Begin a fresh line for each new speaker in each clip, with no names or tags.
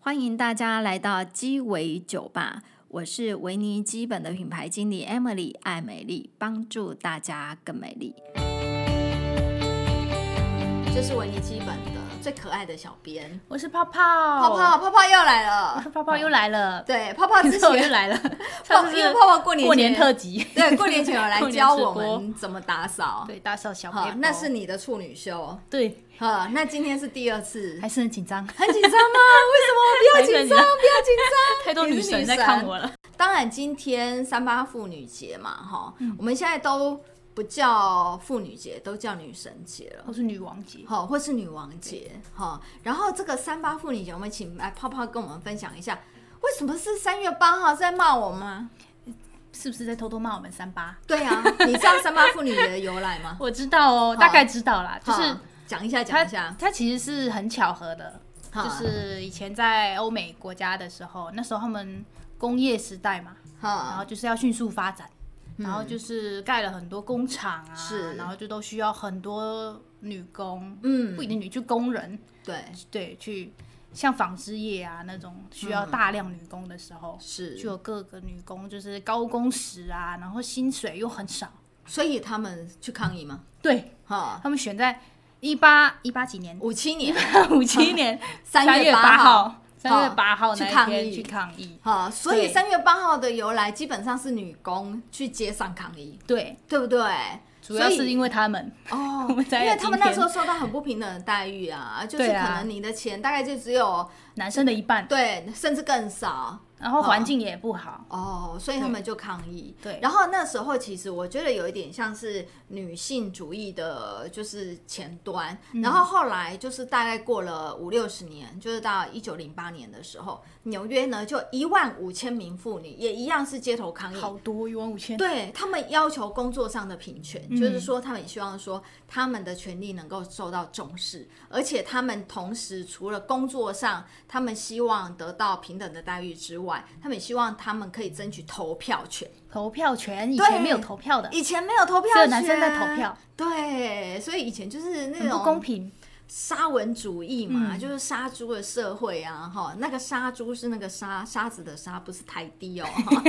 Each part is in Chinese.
欢迎大家来到鸡尾酒吧，我是维尼基本的品牌经理 Emily 爱美丽，帮助大家更美丽。
这是维尼基本的最可爱的小编
我是泡泡，
泡
泡
泡，泡泡又来
我
了
是。泡泡又来了，
对，泡泡之
之后 又
前
来了，
泡
上次
因为泡泡过年
过年
前
特辑，
对过年前有来
过年
教
直
我
播
们怎么打扫。
对，大扫小背
好
包，
那是你的处女秀。
对，
好，那今天是第二次
还，是很紧 张，
很紧张吗？为什么？不要紧张，不
还
要紧张。
太多
你是
女神
女
在
神
看我 了，
当然，今天三八妇女节嘛，哈，
嗯
我们现在都不叫妇女节，都叫女神节了。
我是女王节，
好，或是女王节，哈。然后这个三八妇女节，我们请来泡泡跟我们分享一下，为什么是三月八号是在骂我吗？
是不是在偷偷骂我们三八？
对啊，你知道三八妇女节的由来 吗
？我知道哦，大概知道啦，就是
哈讲一下，
它
讲一下，
它其实是很巧合的，
哈
就是以前在欧美国家的时候，那时候他们工业时代嘛，然后
哈，
就是要迅速发展，然后就是盖了很多工厂啊，
嗯是
然后就都需要很多女工，
嗯
不一定女，就工人，
对，
对，去像纺织业啊那种需要大量女工的时候，
是
就有各个女工就是高工时啊，然后薪水又很少，
所以他们去抗议吗？
对
哈，
他们选在一八一八几年，
五七年，
五 七 年
3月
月
8
号，三
哦
月八号
去
那
抗
一天
议
去抗议，
哈，所以
对
三月八号的由来基本上是女工去街上抗议，
对，
对不对？
主要
所
是
以
因为他们，
哦，
我们
因
才有
为他们
今
那
天
时候受到很不平等的待遇啊，就是
对
可
啊
能你的钱大概就只有
男生的一半，
对，甚至更少
然后环境也不好，
哦，所以他们就抗议。
对
然后那时候其实我觉得有一点像是女性主义的，就是前端。
嗯
然后后来就是大概过了五六十年，就是到一九零八年的时候，纽约呢就一万五千名妇女也一样是街头抗议，
好多一万五千，
对他们要求工作上的平权，
嗯
就是说他们也希望说他们的权利能够受到重视，而且他们同时除了工作上他们希望得到平等的待遇之外，他们也希望他们可以争取投票权。
投票权以前没有投票的，
以前没有投票
只
权，
有男生在投票，
对，所以以前就是那
很
种
不公平，
沙文主义嘛，
嗯
就是杀猪的社会啊，哈，那个杀猪是那个沙沙子的沙，不是台低哦。 哈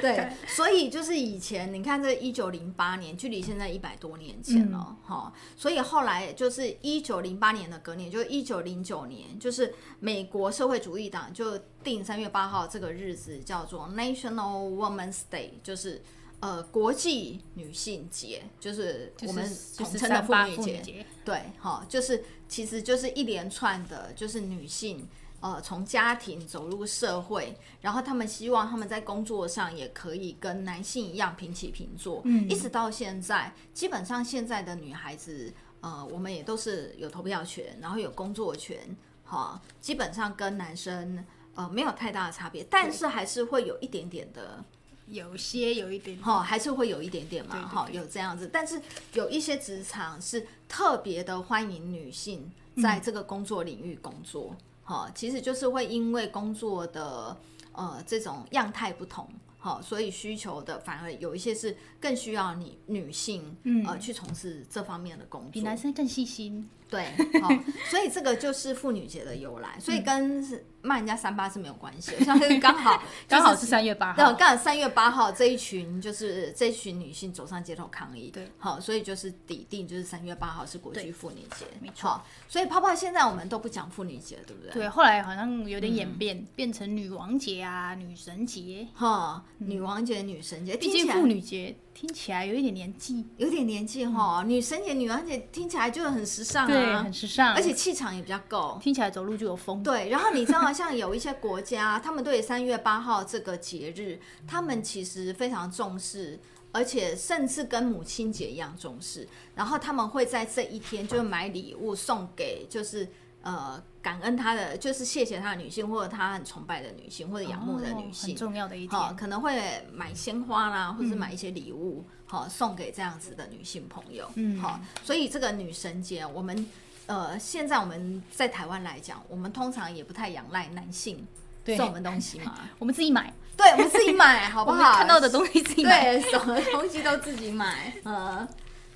对，所以就是以前你看这一九零八年，距离现在一百多年前
嗯
了，哈、所以后来就是一九零八年的隔年，就是一九零九年，就是美国社会主义党就定三月八号这个日子叫做 National Women's Day，就是。呃，国际女性节就是
就
我
是
们
就
统
是
称的
三八
女
妇
节
女，节，
对，哈、就是其实就是一连串的，就是女性呃从家庭走入社会，然后她们希望她们在工作上也可以跟男性一样平起平坐，嗯，一直到现在，基本上现在的女孩子，呃，我们也都是有投票权，然后有工作权，哈、基本上跟男生呃没有太大的差别，但是还是会有一点点的
有些有一点
哈、哦还是会有一点点嘛，
对对
哈、
对
有这样子，但是有一些职场是特别的欢迎女性在
嗯
这个工作领域工作，哈、其实就是会因为工作的呃这种样态不同。哈，所以需求的反而有一些是更需要你女性、
嗯
呃去从事这方面的工作，
比男生更细心，
对，好、所以这个就是妇女节的由来，所
嗯
以跟是骂人家三八是没有关系的，像是刚 好
刚好
就是
三月八
对，
号，
刚好三月八号这一群就是这一群女性走上街头抗议，
对，
好，所以就是抵定就是三月八号是国际
对
妇女节，
没错
好。所以泡泡现在我们都不讲妇女节，对不对？，
对，啊后来好像有点演变，变成女王节啊、女神节，
哈，女王节、女神节，
嗯毕
听
竟
起来
妇女节听起来有一点年纪，
有点年纪哈，女神节、女王节听起来就很时尚
嗯对，
啊
很，时尚，
而且气场也比较够，
听起来走路就有风，
对，然后你知道，像有一些国家，他们对三月八号这个节日，他们其实非常重视，而且甚至跟母亲节一样重视。然后他们会在这一天就买礼物送给，就是呃，感恩他的，就是谢谢他的女性，或者他很崇拜的女性，或者仰慕的
哦
女性
很。重要的一嗯
好、
天，
可能会买鲜花啦，或者是买一些礼物，好、送给这样子的女性朋友。
嗯
好、所以这个女神节，我们呃，现在我们在台湾来讲，我们通常也不太仰赖男性
对
送我们东西嘛，
我们自己买，
对，我 们自己买，好不
我
好？
们看到的东西自己 买，
对，什么东西都自己买，呃，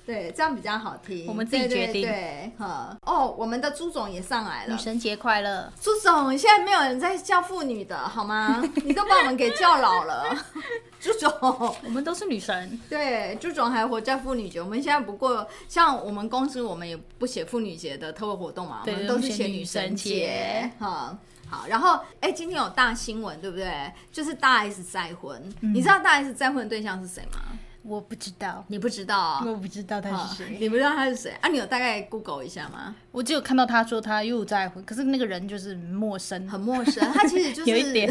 对，这样比较好听。
我们自己决定
对对对，呵哦，我们的朱总也上来了
女。神节快乐！
朱总，现在没有人在叫妇女的好 吗？你都把我们给叫老了，朱 总。
我们都是女神，
对，朱总还活在妇女节。我们现在不过像我们公司，我们也不写妇女节的特惠活动嘛，我
对
们都是写
我们写
女神
女神节
哈。好，然后哎，今天有大新闻，对不对？就是大 S 再婚，
嗯
你知道大 S 再婚的对象是谁吗？
我不知道，
你不知道啊、
我不知道她是谁，
你不知道他是谁啊？你有大概 Google 一下吗？
我只有看到她说她又再婚，可是那个人就是陌生，
很陌生，他其实就是
有 一点，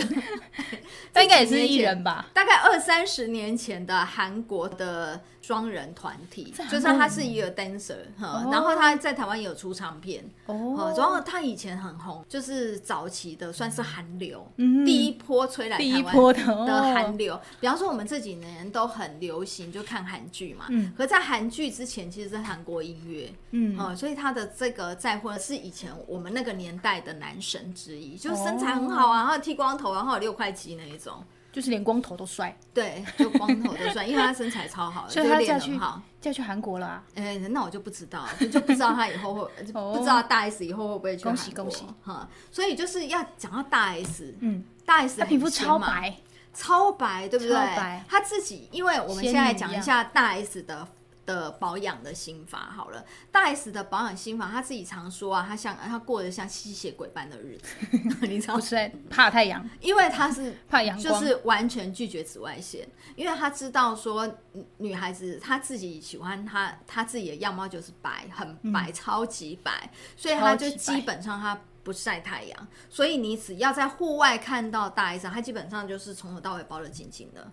她应该也是艺人吧？
大概二三十年前的韩国的双人团体，就是他是一个 dancer 哈、然后他在台湾也有出唱片哦、然后他以前很红，就是早期的算是韩流、第一波吹来
嗯第
台
一
湾
波的
的
哦
韩流。比方说我们这几年都很流行就看韩剧嘛，可在韩剧之前其实是韩国音乐，嗯、所以他的这个再婚是以前我们那个年代的男神之一，就是身材很好啊，然后剃光头，然后有六块肌那一种。
就是连光头都帅，
对，就光头就 算，因为他身材超好的，
所以
就
她
练
嫁
得
去
很好。
嫁去韩国了啊，
哎、那我就不知道了，就就不知道他以后会，就不知道大 S 以后会不会去
哦恭喜
韩国
恭喜
哈。所以就是要讲到大 S，啊
嗯，
大 S
她皮肤
很鲜
超
嘛，
白，
超白，对不对？
超白
他自己，因为我们
仙
现在
女一
讲一
样
下大 S 的的保养的心法好了。大 S 的保养心法，他自己常说啊，他像他过得像吸血鬼般的日子， 你知道
不
吗？
是在怕太阳，
因为他是
怕阳
就
光，
是完全拒绝紫外线，因为他知道说嗯女孩子她自己喜欢她她自己的样貌就是白，很白，超级白，所以她就
嗯超级白
基本上她不晒太阳，所以你只要在户外看到大 S，她基本上就是从头到尾包得紧紧的。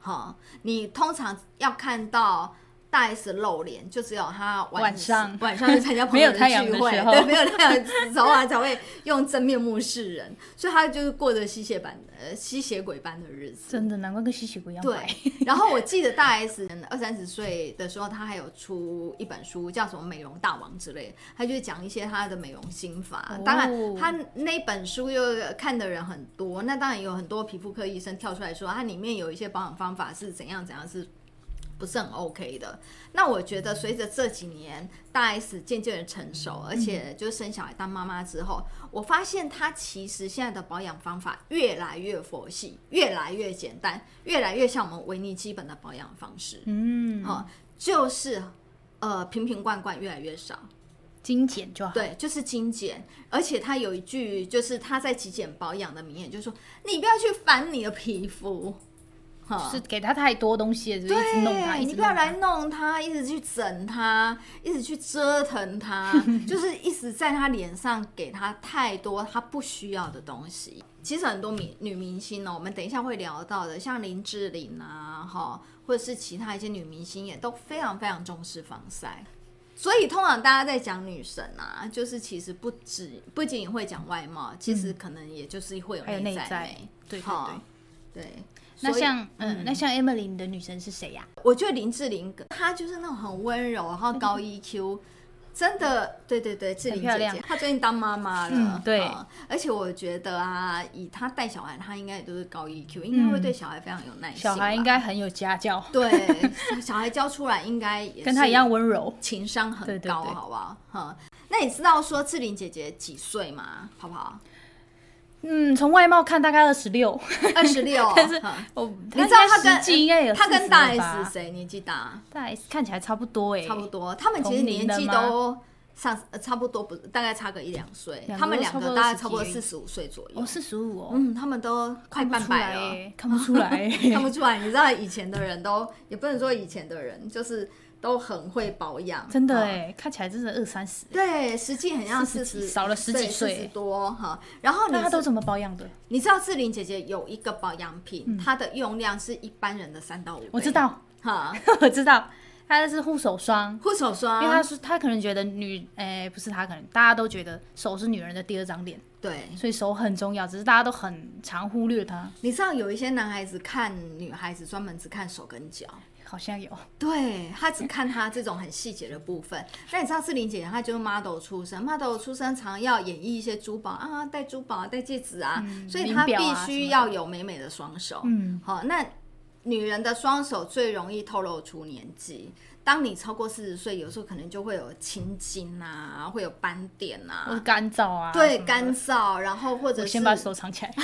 好，你通常要看到。大 S 露脸，就只有她晚
晚上
晚上去参加朋
没
友
有
的
太阳
聚
的
会，
时候
对，没有太阳的时候啊才会用真面目示人，所以她就是过着吸血版呃吸血鬼般的日子。
真的难怪跟吸血鬼一样白，
对， 然后我记得大 S 二三十岁的时候，她还有出一本书，叫什么《美容大王》之类的，她就是讲一些她的美容心法。
哦
当然，她那本书又看的人很多，那当然有很多皮肤科医生跳出来说，它里面有一些保养方法是怎样怎样是。不是很 OK 的。那我觉得随着这几年大 S 渐渐的成熟，
嗯
而且就是生小孩当妈妈之后，我发现她其实现在的保养方法越来越佛系，越来越简单，越来越像我们维尼基本的保养方式。
嗯，
哦，就是呃瓶瓶罐罐越来越少，
精简就好，
对，就是精简。而且他有一句就是他在极简保养的名言，就是说你不要去烦你的皮肤，哈
就是给她太多东西了，就是一直弄她，
对，
一
你
直
不要
弄她
来弄他，一直去整他，一直去折腾 他，就是一直在他脸上给他太多他不需要的东西。其实很多明女明星呢、哦我们等一下会聊到的，像林志玲啊，哈，或者是其他一些女明星，也都非常非常重视防晒。所以通常大家在讲女神啊，就是其实不止不仅会讲外貌，其实可能也就是会有
嗯还有内
在
在
美，
对对
哈
对。
对，
那
所以
像嗯，那像 Emily 你的女神是谁呀？
我觉得林志玲，她就是那种很温柔，然后高 EQ，真的，对对对，志玲
漂
姐
亮
姐，她最近当妈妈了，
嗯对
啊而且我觉得啊，以她带小孩，她应该也都是高 EQ，应该会对小孩非常有耐心吧，
嗯小孩应该很有家教，
啊对小孩教出来应 该也
跟她
是
一样温柔，
情商很高，
对对对
好不好？哈、那你知道说志玲姐姐几岁吗？好不好？
嗯，从外貌看大概二十 六，
二十六，
但是
哈
我
你知道她
她应该
跟
实际应该有
她跟大 S
40吧
谁年纪大啊？
大 S 看起来差不多哎，
差不多，他们其实
同龄
年
的
纪
吗
都上呃差不多不，大概差个一两岁。
两个
他们
都
两
差不
个
多
大概
十
差不多
几
四十五岁左右
哦，。四十五哦，
嗯，他们都快半
出
百
来
了，
哎，看不出来哎，
看不出来。你知道以前的人都也不能说以前的人，就是都很会保养，
真的
哈
哎，看起来真的二三十，
对，实际很像四
40几
十，
少了十几岁
四十多哈。然后你
那她
知
都怎么保养的？
你知道志玲姐姐有一个保养品，它的用量是一般人的三到五倍。
嗯我知道，
哈，
我知道，她是护手霜。
护手霜，
因为她是她可能觉得女，哎、不是她可能大家都觉得手是女人的第二张脸，
对
所以手很重要，只是大家都很常忽略它，
你知道有一些男孩子看女孩子专门只看手跟脚，
好像有，
啊对他只看她这种很细节的部 分。那你知道志玲姐姐她就是 model 出身，model 出身常要演绎一些珠宝啊，戴珠宝啊、戴戒指啊，所以她
名表
必
啊
须要有美美的双手。
嗯，
好，那女人的双手最容易透露出年纪。当你超过四十岁，有时候可能就会有青筋啊，会有斑点
或是
啊，
干燥啊，
对，
什么的
干燥，然后或者
我
是
先把手藏起来。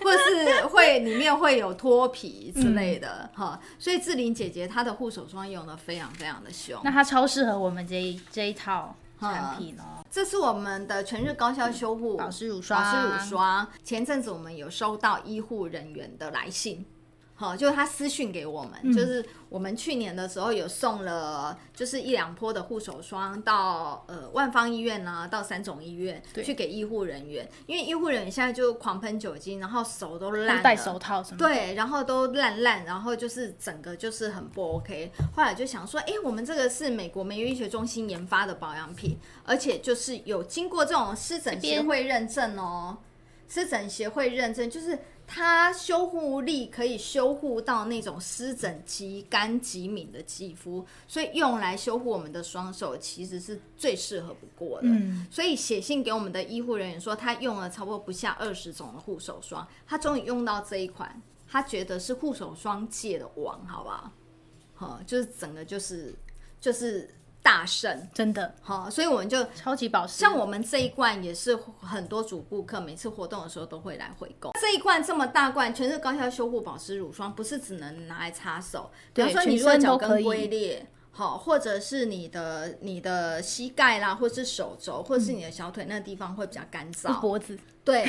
或是会里面会有脱皮之类的
嗯
哈、所以志玲姐姐她的护手霜用的非常非常的凶
那。它超适合我们这一这一套产品哦，
这是我们的全日高效修护
保湿乳
保
霜，
湿乳霜。前阵子我们有收到医护人员的来信。好，就是他私讯给我们，
嗯
就是我们去年的时候有送了，就是一两波的护手霜到呃万方医院啊，到三种医院去给医护人员，因为医护人员现在就狂喷酒精，然后手都烂
霜，
了，
戴手套什么的。
对，然后都烂烂，然后就是整个就是很不 OK。后来就想说，哎，我们这个是美国美容医学中心研发的保养品，而且就是有经过这种湿疹协会认证哦，湿疹协会认证就是。它修护力可以修护到那种湿疹极干极敏的肌肤，所以用来修护我们的双手其实是最适合不过的。
嗯，
所以写信给我们的医护人员说，他用了差不多不下二十种的护手霜，他终于用到这一款，他觉得是护手霜界的王，好不好？好，就是整个就是就是大胜，
真的
好，所以我们就
超级保湿。
像我们这一罐也是很多主顾客每次活动的时候都会来回购。这一罐这么大罐，全是高效修护保湿乳霜，不是只能拿来擦手，比
对
方说你
全
如果
身
脚
都
跟
可以
龟裂。好，或者是你的你的膝盖啦，或是手肘，或是你的小腿那地方会比较干燥。
脖子
对，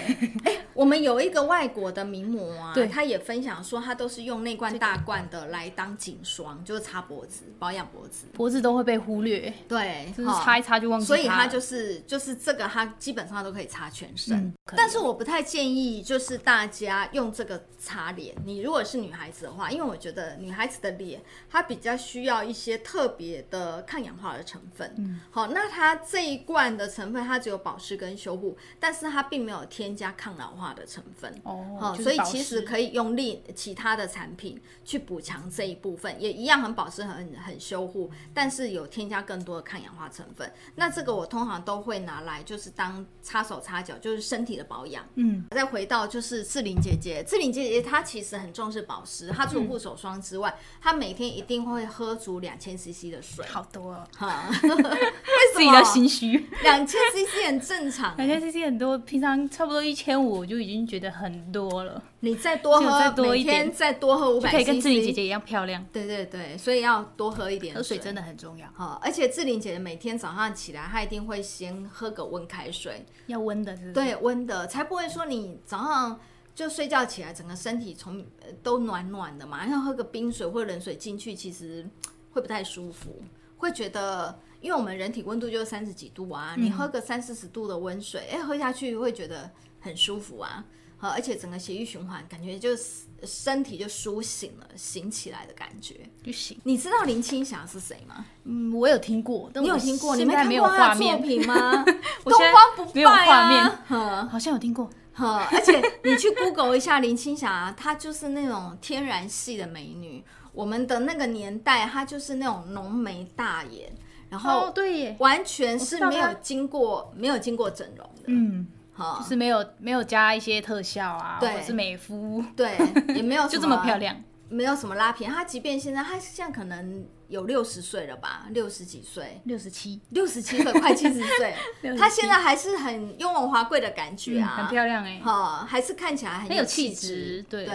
哎、我们有一个外国的名模啊，
对
他也分享说，他都是用那罐大罐的来当颈霜，就是擦脖子保养脖子。
脖子都会被忽略，
对，
就是
好
擦一擦就忘记
所以
它
它就是是就是这个，它基本上都可以擦全身。
嗯可以
但是我不太建议，就是大家用这个擦脸。你如果是女孩子的话，因为我觉得女孩子的脸它比较需要一些特别的抗氧化的成分。嗯，好，那它这一罐的成分它只有保湿跟修护，但是它并没有添加抗老化的成分。
哦，
好、
就是
所以
保
其实
湿
可以用另其他的产品去补强这一部分，也一样很保湿、很很修护，但是有添加更多的抗氧化成分。那这个我通常都会拿来就是当擦手擦脚，就是身体的保养。
嗯，
再回到就是志玲姐姐，志玲姐姐她其实很重视保湿，她
嗯
除了护手霜之外，她每天一定会喝足两千 CC 的水。
好多哦，
哈，为
自己的
什么？
心虚。
两千 CC 很正常欸、
感觉 CC 很多，平常差不多一千五我就已经觉得很多了，
你再多
就
喝，
再多
每
一点
天再多喝五
就
百，
可以跟志玲姐姐一样漂亮。
对对对，所以要多喝一点
喝水
水
真的很重要，
好、而且志玲姐姐每天早上起来，她一定会先喝个温开水，
要温的，是不是？
对，温的，才不会说你早上就睡觉起来，整个身体从呃都暖暖的嘛，要喝个冰水或冷水进去，其实嘖会不太舒服，会觉得，因为我们人体温度就是三十几度啊，
嗯
你喝个三四十度的温水，哎、喝下去会觉得很舒服啊，好，而且整个血液循环感觉就是身体就苏醒了，醒起来的感觉。
就行。
你知道林青霞是谁吗？
嗯，我有听过，但
你有
我
听过？你
现在
看
没有
过她
画
的作
面，
品吗？
我
东
现在
方不败、啊、
没有画面
呵
好像有听过。
呵，而且你去 Google 一下林青霞，她就是那种天然系的美女。我们的那个年代，她就是那种浓眉大眼，然
哦，
后
对耶，
完全是
我知道
没有
她
经过没有经过整容的。
嗯，
哈、
就是没有没有加一些特效啊，或
对
者是美肤，
对，也没有
就
什
这么漂亮。
没有什么拉偏。她即便现在，她现在可能有六十岁了吧，六十几岁。
六十七，，
六十七岁，快七十嗯岁她现在还是很雍容华贵的感觉
嗯
啊，
很漂亮哎，
哈、还是看起来很
很有
气
气质对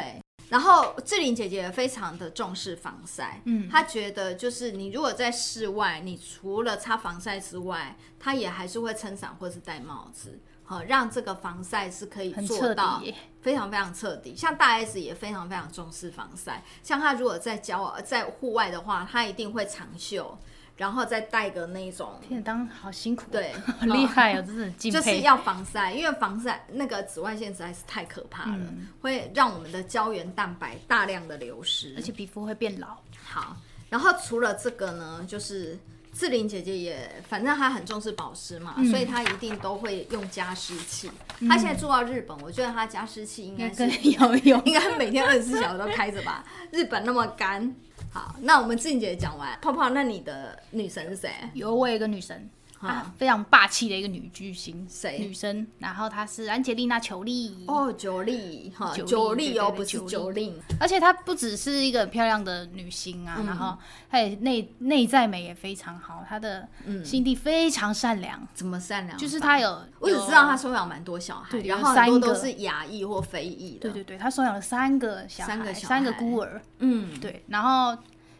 然后志玲姐姐也非常的重视防晒，
嗯
她觉得就是你如果在室外，你除了擦防晒之外，她也还是会撑伞或是戴帽子，好、让这个防晒是可以
很
做
彻
到
底耶。欸
非常非常彻底。像大 S 也非常非常重视防晒，像她如果在郊在户外的话，她一定会长袖，然后再戴个那种
天哪，当 好辛苦哦，
对
很厉害哦，真的很敬
就是
佩。
要防晒，因为防晒那个紫外线实在是太可怕了，
嗯
会让我们的胶原蛋白大量的流失。
而且皮肤会变老，
好，然后除了这个呢，就是志玲姐姐也，反正她很重视保湿
嗯
嘛，所以她一定都会用加湿器。她现在住到日本，我觉得她加湿器应
应
该
该跟
是
游泳
应该每天二十四小时都开着吧。日本那么干。好，那我们志玲姐姐讲完，泡泡，那你的女神是谁？
嗯有我有一个女神，她非常霸气的一个女巨星，
谁
女生，然后她是安吉丽娜·裘丽，
哦，九力哈，
九
九
力
力哦，
对对对
不是
九力
九令，
而且她不只是一个很漂亮的女星
嗯
啊，然后她也内内在美也非常好，她的
嗯
心地非常善良，
怎么善良？
就是她有，
嗯我只
有啊
知道他收养蛮多小孩，
对
然
有
后很多
三
都
个
是亚裔或非裔的。
对对对，她收养了三个小
三
孩，三
个小孩
孤儿，
嗯，
对，然后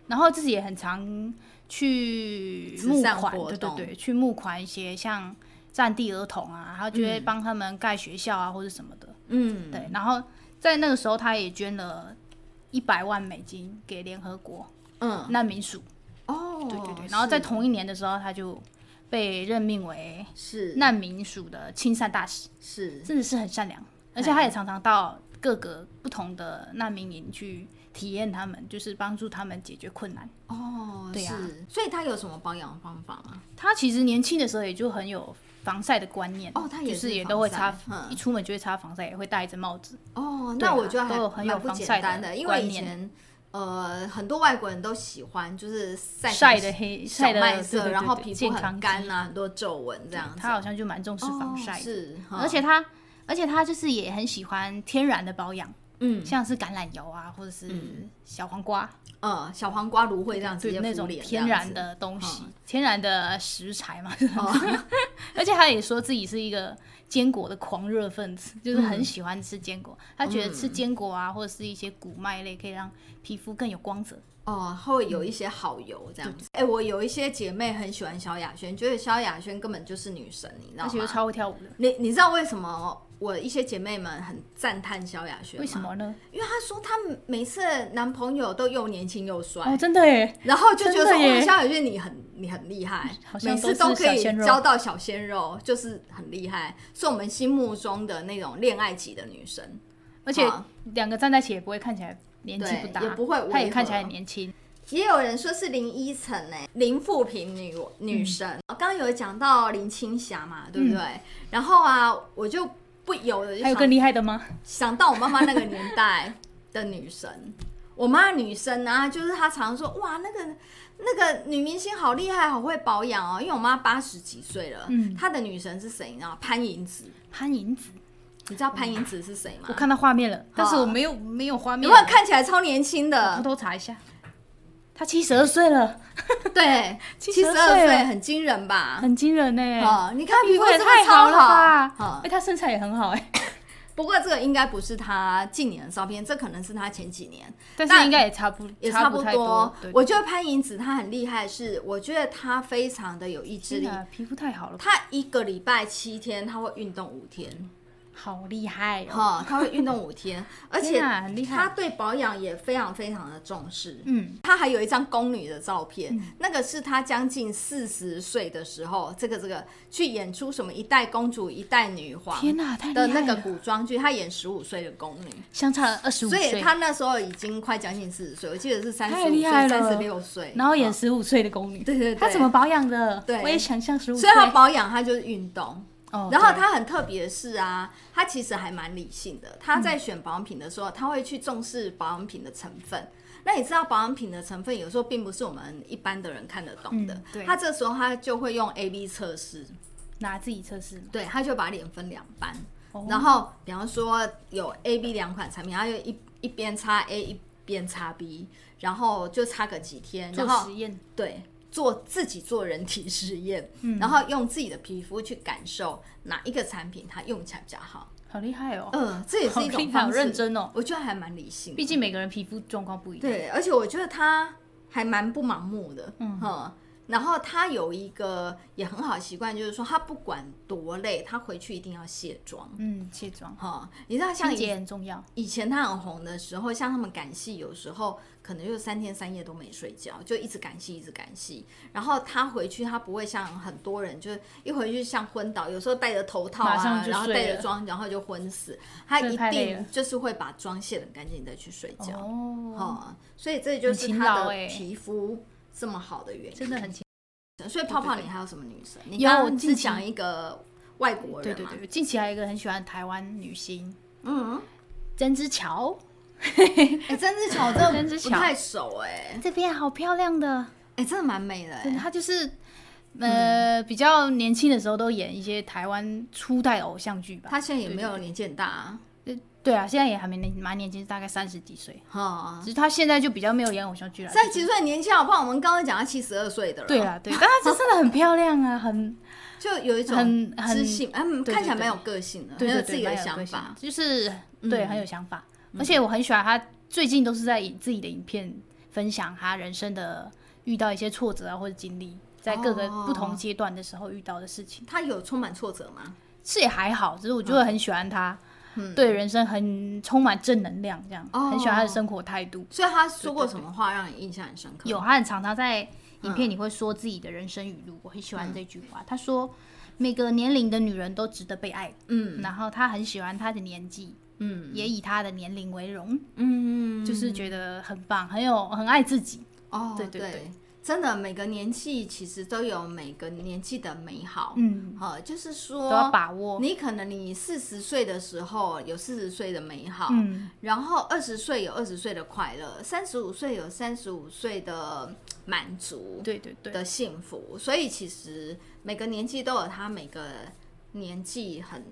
然后自己也很常去
慈
募
善
款，
活
对对
动
对，去募款一些像战地儿童啊，然后就会帮他们盖学校啊、或者什么的，
嗯，
对，然后在那个时候他也捐了一百万美金给联合国
嗯，
难民署，
哦，
对对对，然后在
是
同一年的时候他就被任命为
是
难民署的亲善大使，
是
真的是很善良，而且他也常常到各个不同的难民营去体验他们，就是帮助他们解决困难。
哦，
对啊
是，所以他有什么保养方法吗？
他其实年轻的时候也就很有防晒的观念
哦他也
就是是也都会
防
擦
晒嗯，
一出门就会擦防晒，也会戴一只帽子。
哦，
对
那
啊
我觉得还
都有很有
蛮不
防
简
晒的
单的，因为
观
以
念
前呃很多外国人都喜欢就是晒
晒
成
得黑
小
晒得
麦
对对
色，
对
然后
对
皮肤
健
很
康
干
肌
啊，很多皱纹这样子。
他好像就蛮重视防晒
哦
的，
是，哈
而且他而且他就是也很喜欢天然的保养，
嗯
像是橄榄油啊，或者是小黄瓜，
呃小黄瓜、芦荟这样直
对
接
那
敷
种
脸这
天
样
然
子
的东西
嗯，
天然的食材嘛。
哦
而且他也说自己是一个坚果的狂热分
嗯
子，就是很喜欢吃坚果。他觉得吃坚果啊，或者是一些谷麦类，可以让皮肤更有光泽。
哦，会有一些好油
嗯
这样子。哎、我有一些姐妹很喜欢萧亚轩，觉得萧亚轩根本就是女神，你知道
而且又
吗？
超会跳舞的，
你你知道为什么我一些姐妹们很赞叹萧亚轩吗？
为什？么呢？
因为她说她每次男朋友都又年轻又帅。
哦，真的耶！
然后就觉得说，
真的
哇，
耶
萧亚轩你很你很厉害
好，像
每次
都是
可以
小鲜肉
交到小鲜肉，就是很厉害，是我们心目中的那种恋爱级的女神。
而且
啊
两个站在一起也不会看起来年纪
对
不大，
也不会违和
他也看起来很年轻。
也有人说是林依晨哎、林富平女女神。
嗯
刚刚有讲到林青霞嘛，对不对？然后啊，我就不由得就
还有
想
更厉害的吗？
想到我妈妈那个年代的女神。我妈女生啊，就是她常说哇，那个那个女明星好厉害，好会保养哦。因为我妈八十几岁了，
嗯
她的女神是谁？你知道潘迎紫？
潘迎紫，
你知道潘迎紫是谁吗
我？看到画面了，但是我没有没有画
哦你
面。
会看起来超年轻
偷
的，
偷查一下，他七十二岁了，
对，七十
72
二岁
岁了
很惊人吧？
很惊人呢。
哦，你看皮
皮
肤
肤也
真
太
的超
好了吧！
好哦
哎，他身材也很好哎，
不过这个应该不是他近年的照片，这可能是他前几年
但
那
是应该也差不
也
差
差
不
不
太
多。
对
我觉得潘迎紫她很厉害是，我觉得她非常的有意志
真
力
的。啊皮肤太好了，
她一个礼拜七天，她会运动五 天，
好厉害哦！
哈、她会运动五天，而且
天啊很厉害
她对保养也非常非常的重视。
嗯，
她还有一张宫女的照片，那个是她将近四十岁的时候，这个这个去演出什么一代公主一代女皇
天哪，太厉
的
害了！
那个古装剧，她演十五岁的宫女。
相差了二十五
所以
岁，
他那时候已经快将近四十岁，我记得是三十
太
五岁、
厉害了
三十六岁，
然后演
嗯
十五岁的宫女，
对对对
她怎么保养的？
对
我也想像十五
所
岁
以。他保养他就是运动。
哦
然后
对
他很特别的是啊，他其实还蛮理性的。他
嗯
在选保养品的时候，他会去重视保养品的成分。那你知道保养品的成分有时候并不是我们一般的人看得懂的
嗯，对
他这时候他就会用 A B 测试，
拿自己测试嘛，
对，他就把脸分两半，
哦
然后比方说有 A、B 两款产品，他就一一边擦 A 一边擦 B，然后就擦个几天，然
做
后
实验，
对做自己做人体实验，
嗯
然后用自己的皮肤去感受哪一个产品它用起来比较好。
好厉害哦！
嗯、这也是一
好厉
种
害好
方式。
认真哦
我觉得还蛮理性的。
毕竟每个人皮肤状况不一样，，
对，而且我觉得他还蛮不盲目的，嗯然后他有一个也很好的习惯，就是说他不管多累，他回去一定要卸妆。
嗯，卸妆，
哈、你知道像
清
以
洁很重要，
以前他很红的时候，像他们赶戏，有时候可能就三天三夜都没睡觉，就一直赶戏，一直赶戏。然后他回去，他不会像很多人，就是一回去像昏倒，有时候戴着头套
马
啊
上，就
然后
睡
戴着
了
妆，然后就昏死。他
真
一
的太累
定
了
就是会把妆卸得很干净再去睡觉。
哦，
哦，所以这就是
很勤
他
劳
的
欸
皮肤这么好的原因。
真的很清。
所以泡泡你还有什么女神？你
有
刚刚
近
只
期
讲一个外国
对
人
对
嘛？
对，近期还有一个很喜欢的台湾女星
嗯，
曾之乔，
哎，曾志乔 真
曾
的
之
不
乔
太熟哎，
这边好漂亮的，
哎，真的蛮美的
对
哎。
她就是
嗯
呃，比较年轻的时候都演一些台湾初代偶像剧吧。
他现在也没有年纪很大啊，
对啊，现在也还没年蛮年轻，大概三十几岁。
哈
只。是他现在就比较没有演偶像剧了。
啊在几岁年纪好不好？我们刚刚讲他七十二岁的了，
对啦，对，但她真的很漂亮 啊，很
就有一种
很很
知性，嗯，
对
看起来
对
蛮有个性的，
对
很
对
有
对，
自己的
蛮有
想
个性
法。
就是对
嗯
很有想法，而且我很喜欢她最近都是在以自己的影片分享她人生的遇到一些挫折啊或者经历，在各个不同
哦
阶段的时候遇到的事情，
他有充满挫折吗？
是也还好，只是我
嗯
就会很喜欢她，对人生很充满正能量，这样
哦
很喜欢她的生活态度。
所以他说过什么话让你印象很深刻？
有，他很常常在影片里会说自己的人生语录，我很喜
嗯
欢这句话。他说，每个年龄的女人都值得被爱，
嗯
然后他很喜欢她的年纪，
嗯
也以她的年龄为荣，
嗯，
就是觉得很棒，很有很爱自己。
哦，
啊对对对
真的每个年纪其实都有每个年纪的美好，
嗯，
好、就是
都要
说，
把握。
你可能你四十岁的时候有四十岁的美好，
嗯，
然后二十岁有二十岁的快乐，三十五岁有三十五岁的满足
对对对
的幸福，所以其实每个年纪都有他每个年纪很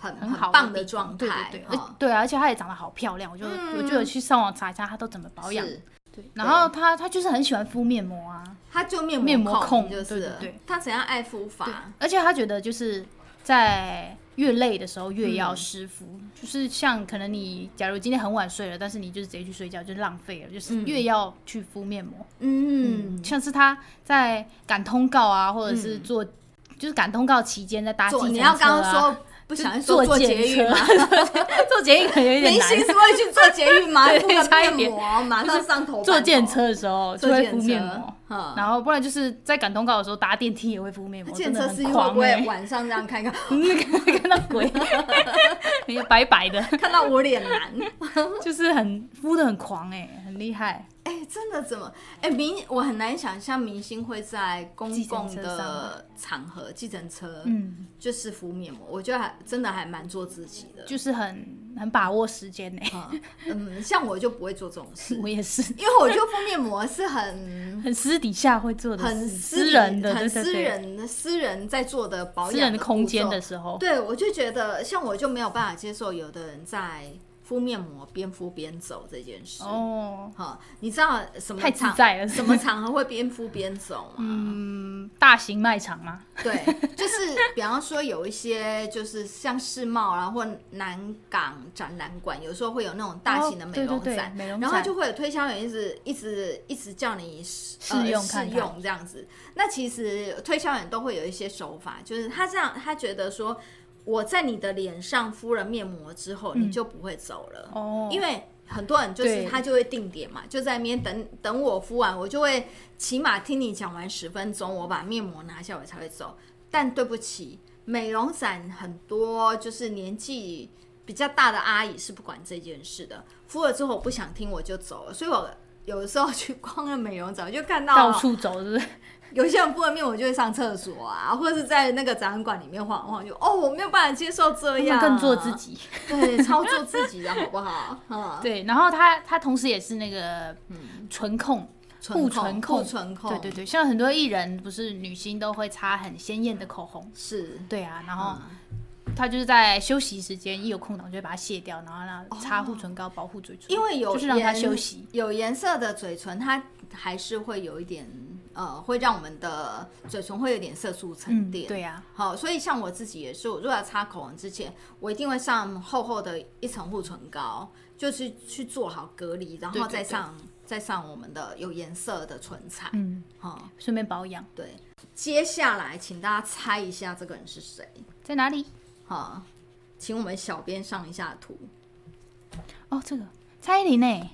很
很好
棒
的
的
地
状
方
态，
对对对，而
哦嗯
对啊，而且她也长得好漂亮，我就我就有去上网查一下她都怎么保养。
是
对，然后她她就是很喜欢敷面膜啊，
他就面
面
膜
膜控
就是
对对
了
对
他怎样爱敷法，
而且他觉得就是在越累的时候越
嗯
要湿敷，就是像可能你假如今天很晚睡了，但是你就直接去睡觉就浪费了，就是越要去敷面膜。
嗯，
像是他在赶通告啊，或者是做、就是赶通告期间在搭计
坐
程车、啊，
你要刚刚说不想说
坐
坐
捷
捷运
车
吗？
做捷运可能有一点
明
难
星。是会去坐捷运吗？
对
敷个
差一
面
点
膜，马上上头版头。
坐电车的时候就
坐
会
电
敷
车，
面膜，
嗯
然后不然就是在赶通告的时候搭电梯也会敷面膜，
建
哦真
车
的
司机会
很狂
不
欸
会晚上这样看 看，
看到鬼，也 白白的。
看到我脸男？
就是很敷的很狂哎、很厉害。
哎、真的怎么？哎、明我很难想象明星会在公
计程
共
车
的场合，计程车，
嗯，
就是敷面膜，我觉得还真的还蛮做自己的。
就是很很把握时间哎、
嗯嗯，像我就不会做这种事，
我也是，
因为我觉得敷面膜是很
很私底下会做的事，
很
私
底
人的，
很
对对
私
对
人的私人在做的保养
私人的
步
空
骤
间的时候，
对，我就觉得像我就没有办法接受有的人在敷面膜边敷边走这件事。
哦，
哈，你知道什么
太自
场
在了，
什么场合会边敷边走吗？
嗯，大型卖场吗？
对，就是比方说有一些就是像世贸啊或南港展览馆，有时候会有那种大型的
哦
美
对对
容
对
展，
美容
然后它
展
就会有推销员一直一直一直叫你试
试用
呃、
看
试
看
用这样子。那其实推销员都会有一些手法，就是他这样他觉得说我在你的脸上敷了面膜之后，
嗯
你就不会走了。
哦，
因为很多人就是
对
他就会定点嘛，就在那边等等我敷完，我就会起码听你讲完十分钟，我把面膜拿下我才会走。但对不起，美容展很多就是年纪比较大的阿姨是不管这件事的，敷了之后我不想听我就走了，所以我。有的时候去逛了美容展，我就看到
到处走是不是？
有些人敷了面膜就会上厕所啊，或者是在那个展览馆里面晃来晃去，哦，我没有办法接受这
他
样，
们更做自，己。
对，超做自己的好不好？ 嗯，
对，然后他他同时也是那个唇控。护唇
护
控，
唇控，
对对对，像很多艺人不是女星都会擦很鲜艳的口红，
是。
对啊，然后
嗯
他就是在休息时间一有空档就会把它卸掉，然后让它擦护唇膏保护嘴唇，
哦因为有
就是让它
颜
休息。
有颜色的嘴唇，它还是会有一点呃，会让我们的嘴唇会有点色素沉
嗯，
淀。
对呀、
好，所以像我自己也是，我如果要擦口红之前，我一定会上厚厚的一层护唇膏，就是去做好隔离，然
对
后
对
再
对
上再上我们的有颜色的唇彩。
嗯，
好、
顺便保养
对。接下来，请大家猜一下这个人是谁？
在哪里？
好，请我们小编上一下图。
哦，这个蔡依林呢、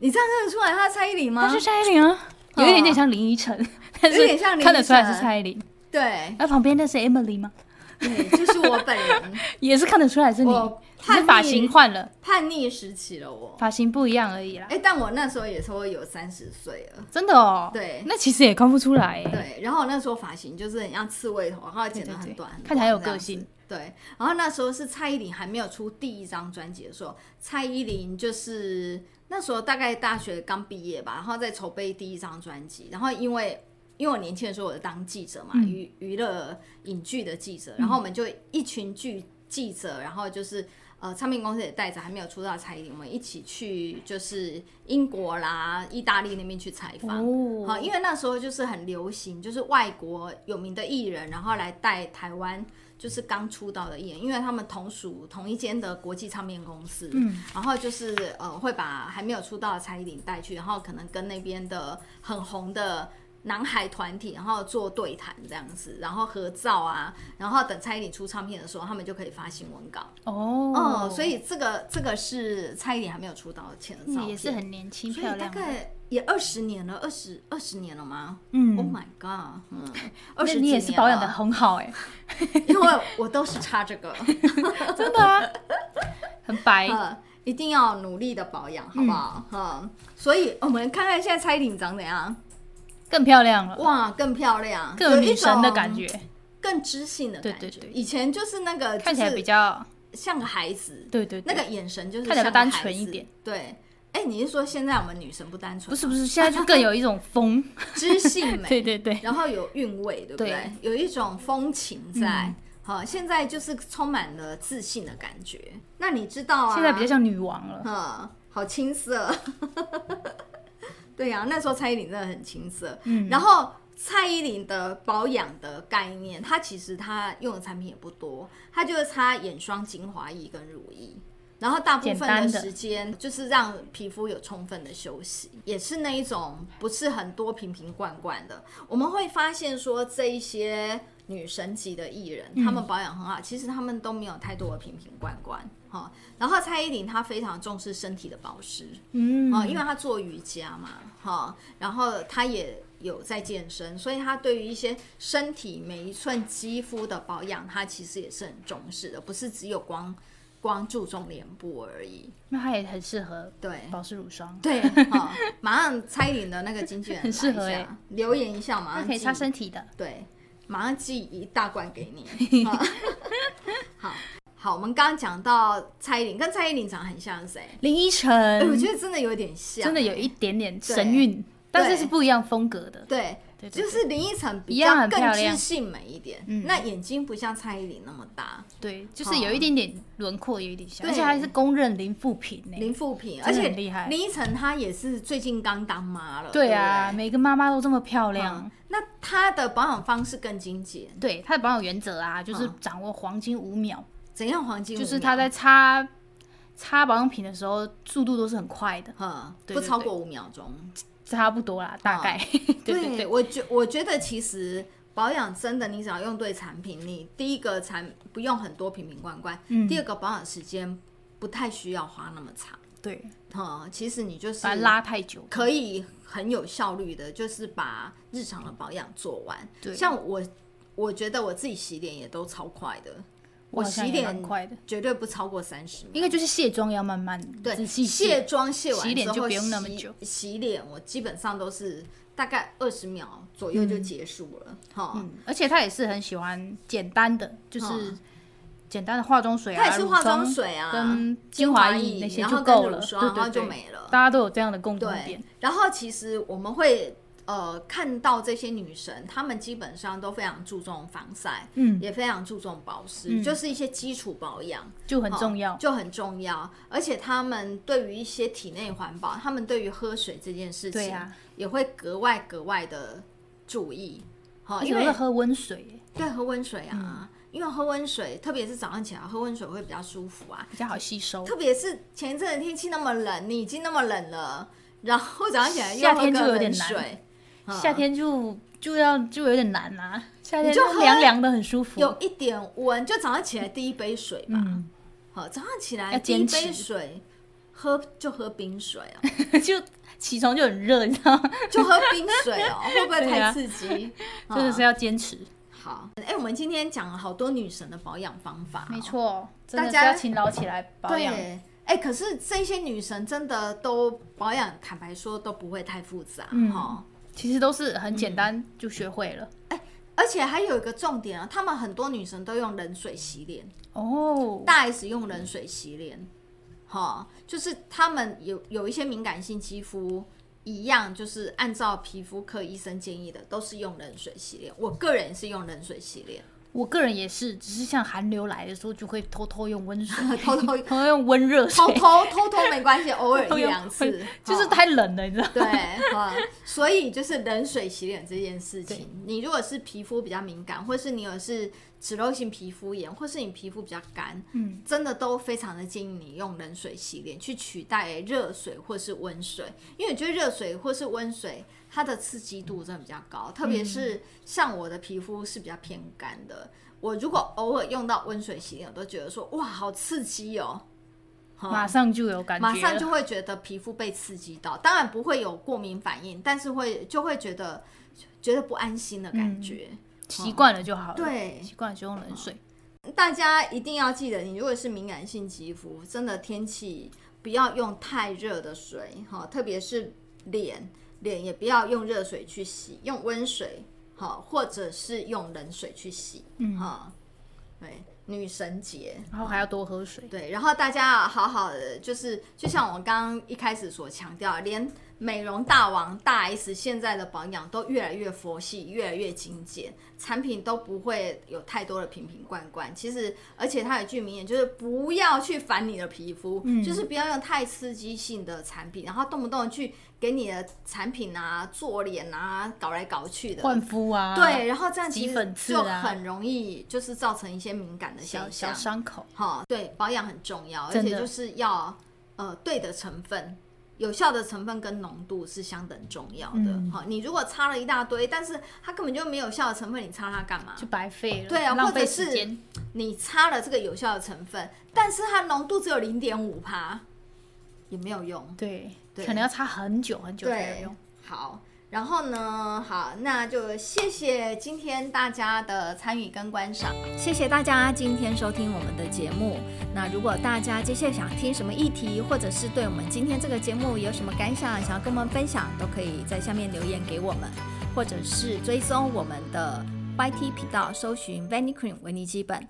你这样认得出来他是蔡依林吗？
她是蔡依林啊，有一点点像林依晨， 但是
有点啊像林依晨
看得出来是蔡依林。
对，
那、旁边那是 Emily 吗？
对，就是我本人
也是看得出来是你
我，
只
叛
是
逆
发型换了，
叛逆时期了我。
发型不一样而已啦。
哎、但我那时候也差不多有三十岁了。
真的哦，
对
那其实也看不出来、欸，
对，然后我那时候发型就是很像刺猬头，然后剪得
对对
很
对
短，很
看起
短
来有
这样
个
子
性。
对，然后那时候是蔡依林还没有出第一张专辑的时候，蔡依林就是那时候大概大学刚毕业吧，然后在筹备第一张专辑，然后因为。因为我年轻的时候我当记者
嗯
嘛，娱娱乐影剧的记者，然后我们就一群剧记者，然后就是。呃，唱片公司也带着还没有出道的蔡依林，我们一起去就是英国啦、意大利那边去采访。
哦
好，因为那时候就是很流行，就是外国有名的艺人，然后来带台湾就是刚出道的艺人，因为他们同属同一间的国际唱片公司，嗯，然后就是呃会把还没有出道的蔡依林带去，然后可能跟那边的很红的。男孩团体，然后做对谈这样子，然后合照啊，然后等蔡依林出唱片的时候，他们就可以发新闻稿。
哦
哦，所以这个这个是蔡依林还没有出道前的照
嗯
片，
也是很年轻
所以
漂
大
亮的。
概也二十年了，二十二十年了吗？
嗯
，Oh my god，嗯，二
那
十
你也是保养的，很好哎、
因为我都是差这 个，
真 的啊，很白。
嗯一定要努力的保养，好不好？嗯，所以我们看看现在蔡依林长怎样，
更漂亮了，
哇，更漂亮，
更有
一
女神的感
种
觉，
更知性的感觉。
对对对
以前就是那个，
看起来比较
像个孩子，
对对
那
对。
个眼神就是
看起
像
来
个
单
孩
纯一
子
点，
对。哎，你是说现在我们女生不单纯？
不是不是，现在就更有一种风，
知性 美，
对对对，
然后有韵味，对不对？
对嗯
有一种风情在。好，现在就是充满了自信的感觉。那你知道啊？
现在比较像女王了。
嗯，好青涩。 对呀、那时候蔡依林真的很青涩。
嗯
然后蔡依林的保养的概念，她其实她用的产品也不多，她就是擦眼霜、精华液跟乳液。然后大部
简
分
单的
的时间就是让皮肤有充分的休息，也是那一种不是很多瓶瓶罐罐的。我们会发现说，这一些女神级的艺人，
嗯
她们保养很好，其实她们都没有太多的瓶瓶罐罐。哈、然后蔡依林她非常重视身体的保湿，
嗯，
哦，因为他做瑜伽嘛，哈、然后他也有在健身，所以他对于一些身体每一寸肌肤的保养，他其实也是很重视的，不是只有光光注重脸部而已。
那它也很适合
对
保湿乳霜，
对，哈、马上蔡依林的那个经纪人
很适合
来一下
欸
留言一下，马
它
上
可以擦
寄
身体的。
对，马上寄一大罐给 你。哈好好，我们刚刚讲到蔡依林，跟蔡依林长得很像是谁？
林依
哎我
晨
觉得真的有点像，欸
真的有一点点神韵，但是是不一样风格的。
对，
对对对
就是林依晨比
一样
较
很漂
更知
亮
性美一点，
嗯
那眼睛不像蔡依林那么大，
对，就是有一点点轮廓，有一点像，
对
而且还是公认零负评呢。
林富平，而
真的
且
很厉害
林依晨她也是最近刚当妈了，对
对啊，
不对
每个妈妈都这么漂亮
嗯。那她的保养方式更精简，
对，它的保养原则
嗯
啊，就是掌握黄金五秒，
怎样黄金五秒？
就是她在擦擦保养品的时候，速度都是很快的，
嗯，
对
不
对
超
对
过五秒钟。
差不多
嗯
啦，大概。 对对对，
我觉我觉得其实保养真的，你只要用对产品，你第一个产不用很多瓶瓶罐罐，
嗯
第二个保养时间不太需要花那么长。
对，
嗯，其实你就是
把它拉太久。
可以很有效率的，就是把日常的保养做完。
对
像我，我觉得我自己洗脸也都超快的，我
好像
洗
也蛮
脸
快的，
绝对不超过三十秒。
应该就是卸妆要慢慢
对，
仔细卸
卸妆卸完
洗脸
之
就
后
不用那么
洗
久
洗脸我基本上都是大概二十秒左右就结束了，哈、
嗯，而且他也是很喜欢简单的，就是
嗯
简单的化妆水啊，
它也是化妆
乳霜
水啊
跟
精
精华
华
液
液
那些
然
就
后跟
够
乳
了，
霜
对
然后
对
就
对
没了
大家都有这样的共同
对
点，，
然后其实我们会呃看到这些女神，她们基本上都非常注重防晒，
嗯
也非常注重保湿，就是一些基础保养
就很
哦
重要。
就很重要。而且她们对于一些体内环保，她们对于喝水这件事
对
情，
啊
也会格外格外的注意。好、
而且
因
我
为
会喝嗯温水，
对喝温水啊，因为喝温水，特别是早上起来喝温水会比较舒服啊。
比较好吸收。
特别是前一阵的天气那么冷，你已经那么冷了， 然后早上起来又
夏
喝
天就
个
有
冷
点难
水，嗯
夏天就就要就有点难啊，夏天
你就
就
喝
凉凉的，很舒服。
有一点温，就早上起来第一杯水吧。
嗯，
好，早上起来
要
第一
坚持
杯水，喝就喝冰水哦，
就起床就很热，你知道吗？
就喝冰水哦，会不会
对
太
啊
刺激？ 嗯
真的是要坚持，
好，哎、我们今天讲了好多女神的保养方法、
没。错，真
大
的是
家
要勤劳起来保
对，
养。
哎、可是这些女神真的都保养，坦白说都不会太复杂哈、
嗯
齁
其实都是很
嗯
简单就学会了。
而且还有一个重点啊，她们很多女神都用冷水洗脸，
哦，
大 S 用冷水洗脸，哈、就是她们有有一些敏感性肌肤一样，就是按照皮肤科医生建议的，都是用冷水洗脸。我个人是用冷水洗脸，
我个人也是，只是像寒流来的时候就会偷偷用温 水，
偷偷
偷偷用温热水
偷，偷偷偷没关系，偶尔
偷
一
用
两次，
就是
哦
太冷了，你知道吗？
对，啊，所以就是冷水洗脸这件事情，你如果是皮肤比较敏感，或是你有是脂漏性皮肤炎，或是你皮肤比较干，
嗯，
真的都非常的建议你用冷水洗脸去取代热水或是温水，因为我觉得热水或是温水它的刺激度真的比较高，特别是像我的皮肤是比较偏干的，我如果偶尔用到温水洗脸，我都觉得说哇，好刺激哦。好
马上就有感觉了，
马上就会觉得皮肤被刺激到，当然不会有过敏反应，但是会就会觉得觉得不安心的感觉。
习惯了就好了，
对
习惯了就用冷水。
大家一定要记得，你如果是敏感性肌肤，真的天气不要用太热的水哈，特别是脸，脸也不要用热水去洗，用温水好，或者是用冷水去洗，嗯哈，对，女神节，
然后还要多喝水，
对，然后大家要好好的，就是就像我刚刚一开始所强调，连美容大王大 S 现在的保养都越来越佛系，越来越精简，产品都不会有太多的瓶瓶罐罐。其实，而且他有一句名言，就是不要去烦你的皮肤，
嗯
就是不要用太刺激性的产品，然后动不动去给你的产品啊做脸啊搞来搞去的。
换肤啊，
对，，然后这样
挤
其实
粉刺
就
啊
很容易就是造成一些敏感的现
小
象
小。伤口。
哈、对，保养很重要，而
真
且
的
就是要呃对的成分。有效的成分跟浓度是相等重要的。
嗯
好、你如果擦了一大堆，但是它根本就没有效的成分，你擦它干嘛
就？白费了，
对啊
浪
或
费
者是
时间。
你擦了这个有效的成分，但是它浓度只有零点五帕，也没有用。
对，
对
可能要擦很久很久才有
对
用。，
好。然后呢，好，那就谢谢今天大家的参与跟观赏。
谢谢大家今天收听我们的节目。那如果大家接下来想听什么议题，或者是对我们今天这个节目有什么感想，想要跟我们分享，都可以在下面留言给我们，或者是追踪我们的 YT 频道，搜寻 Vanny Cream 维尼基本，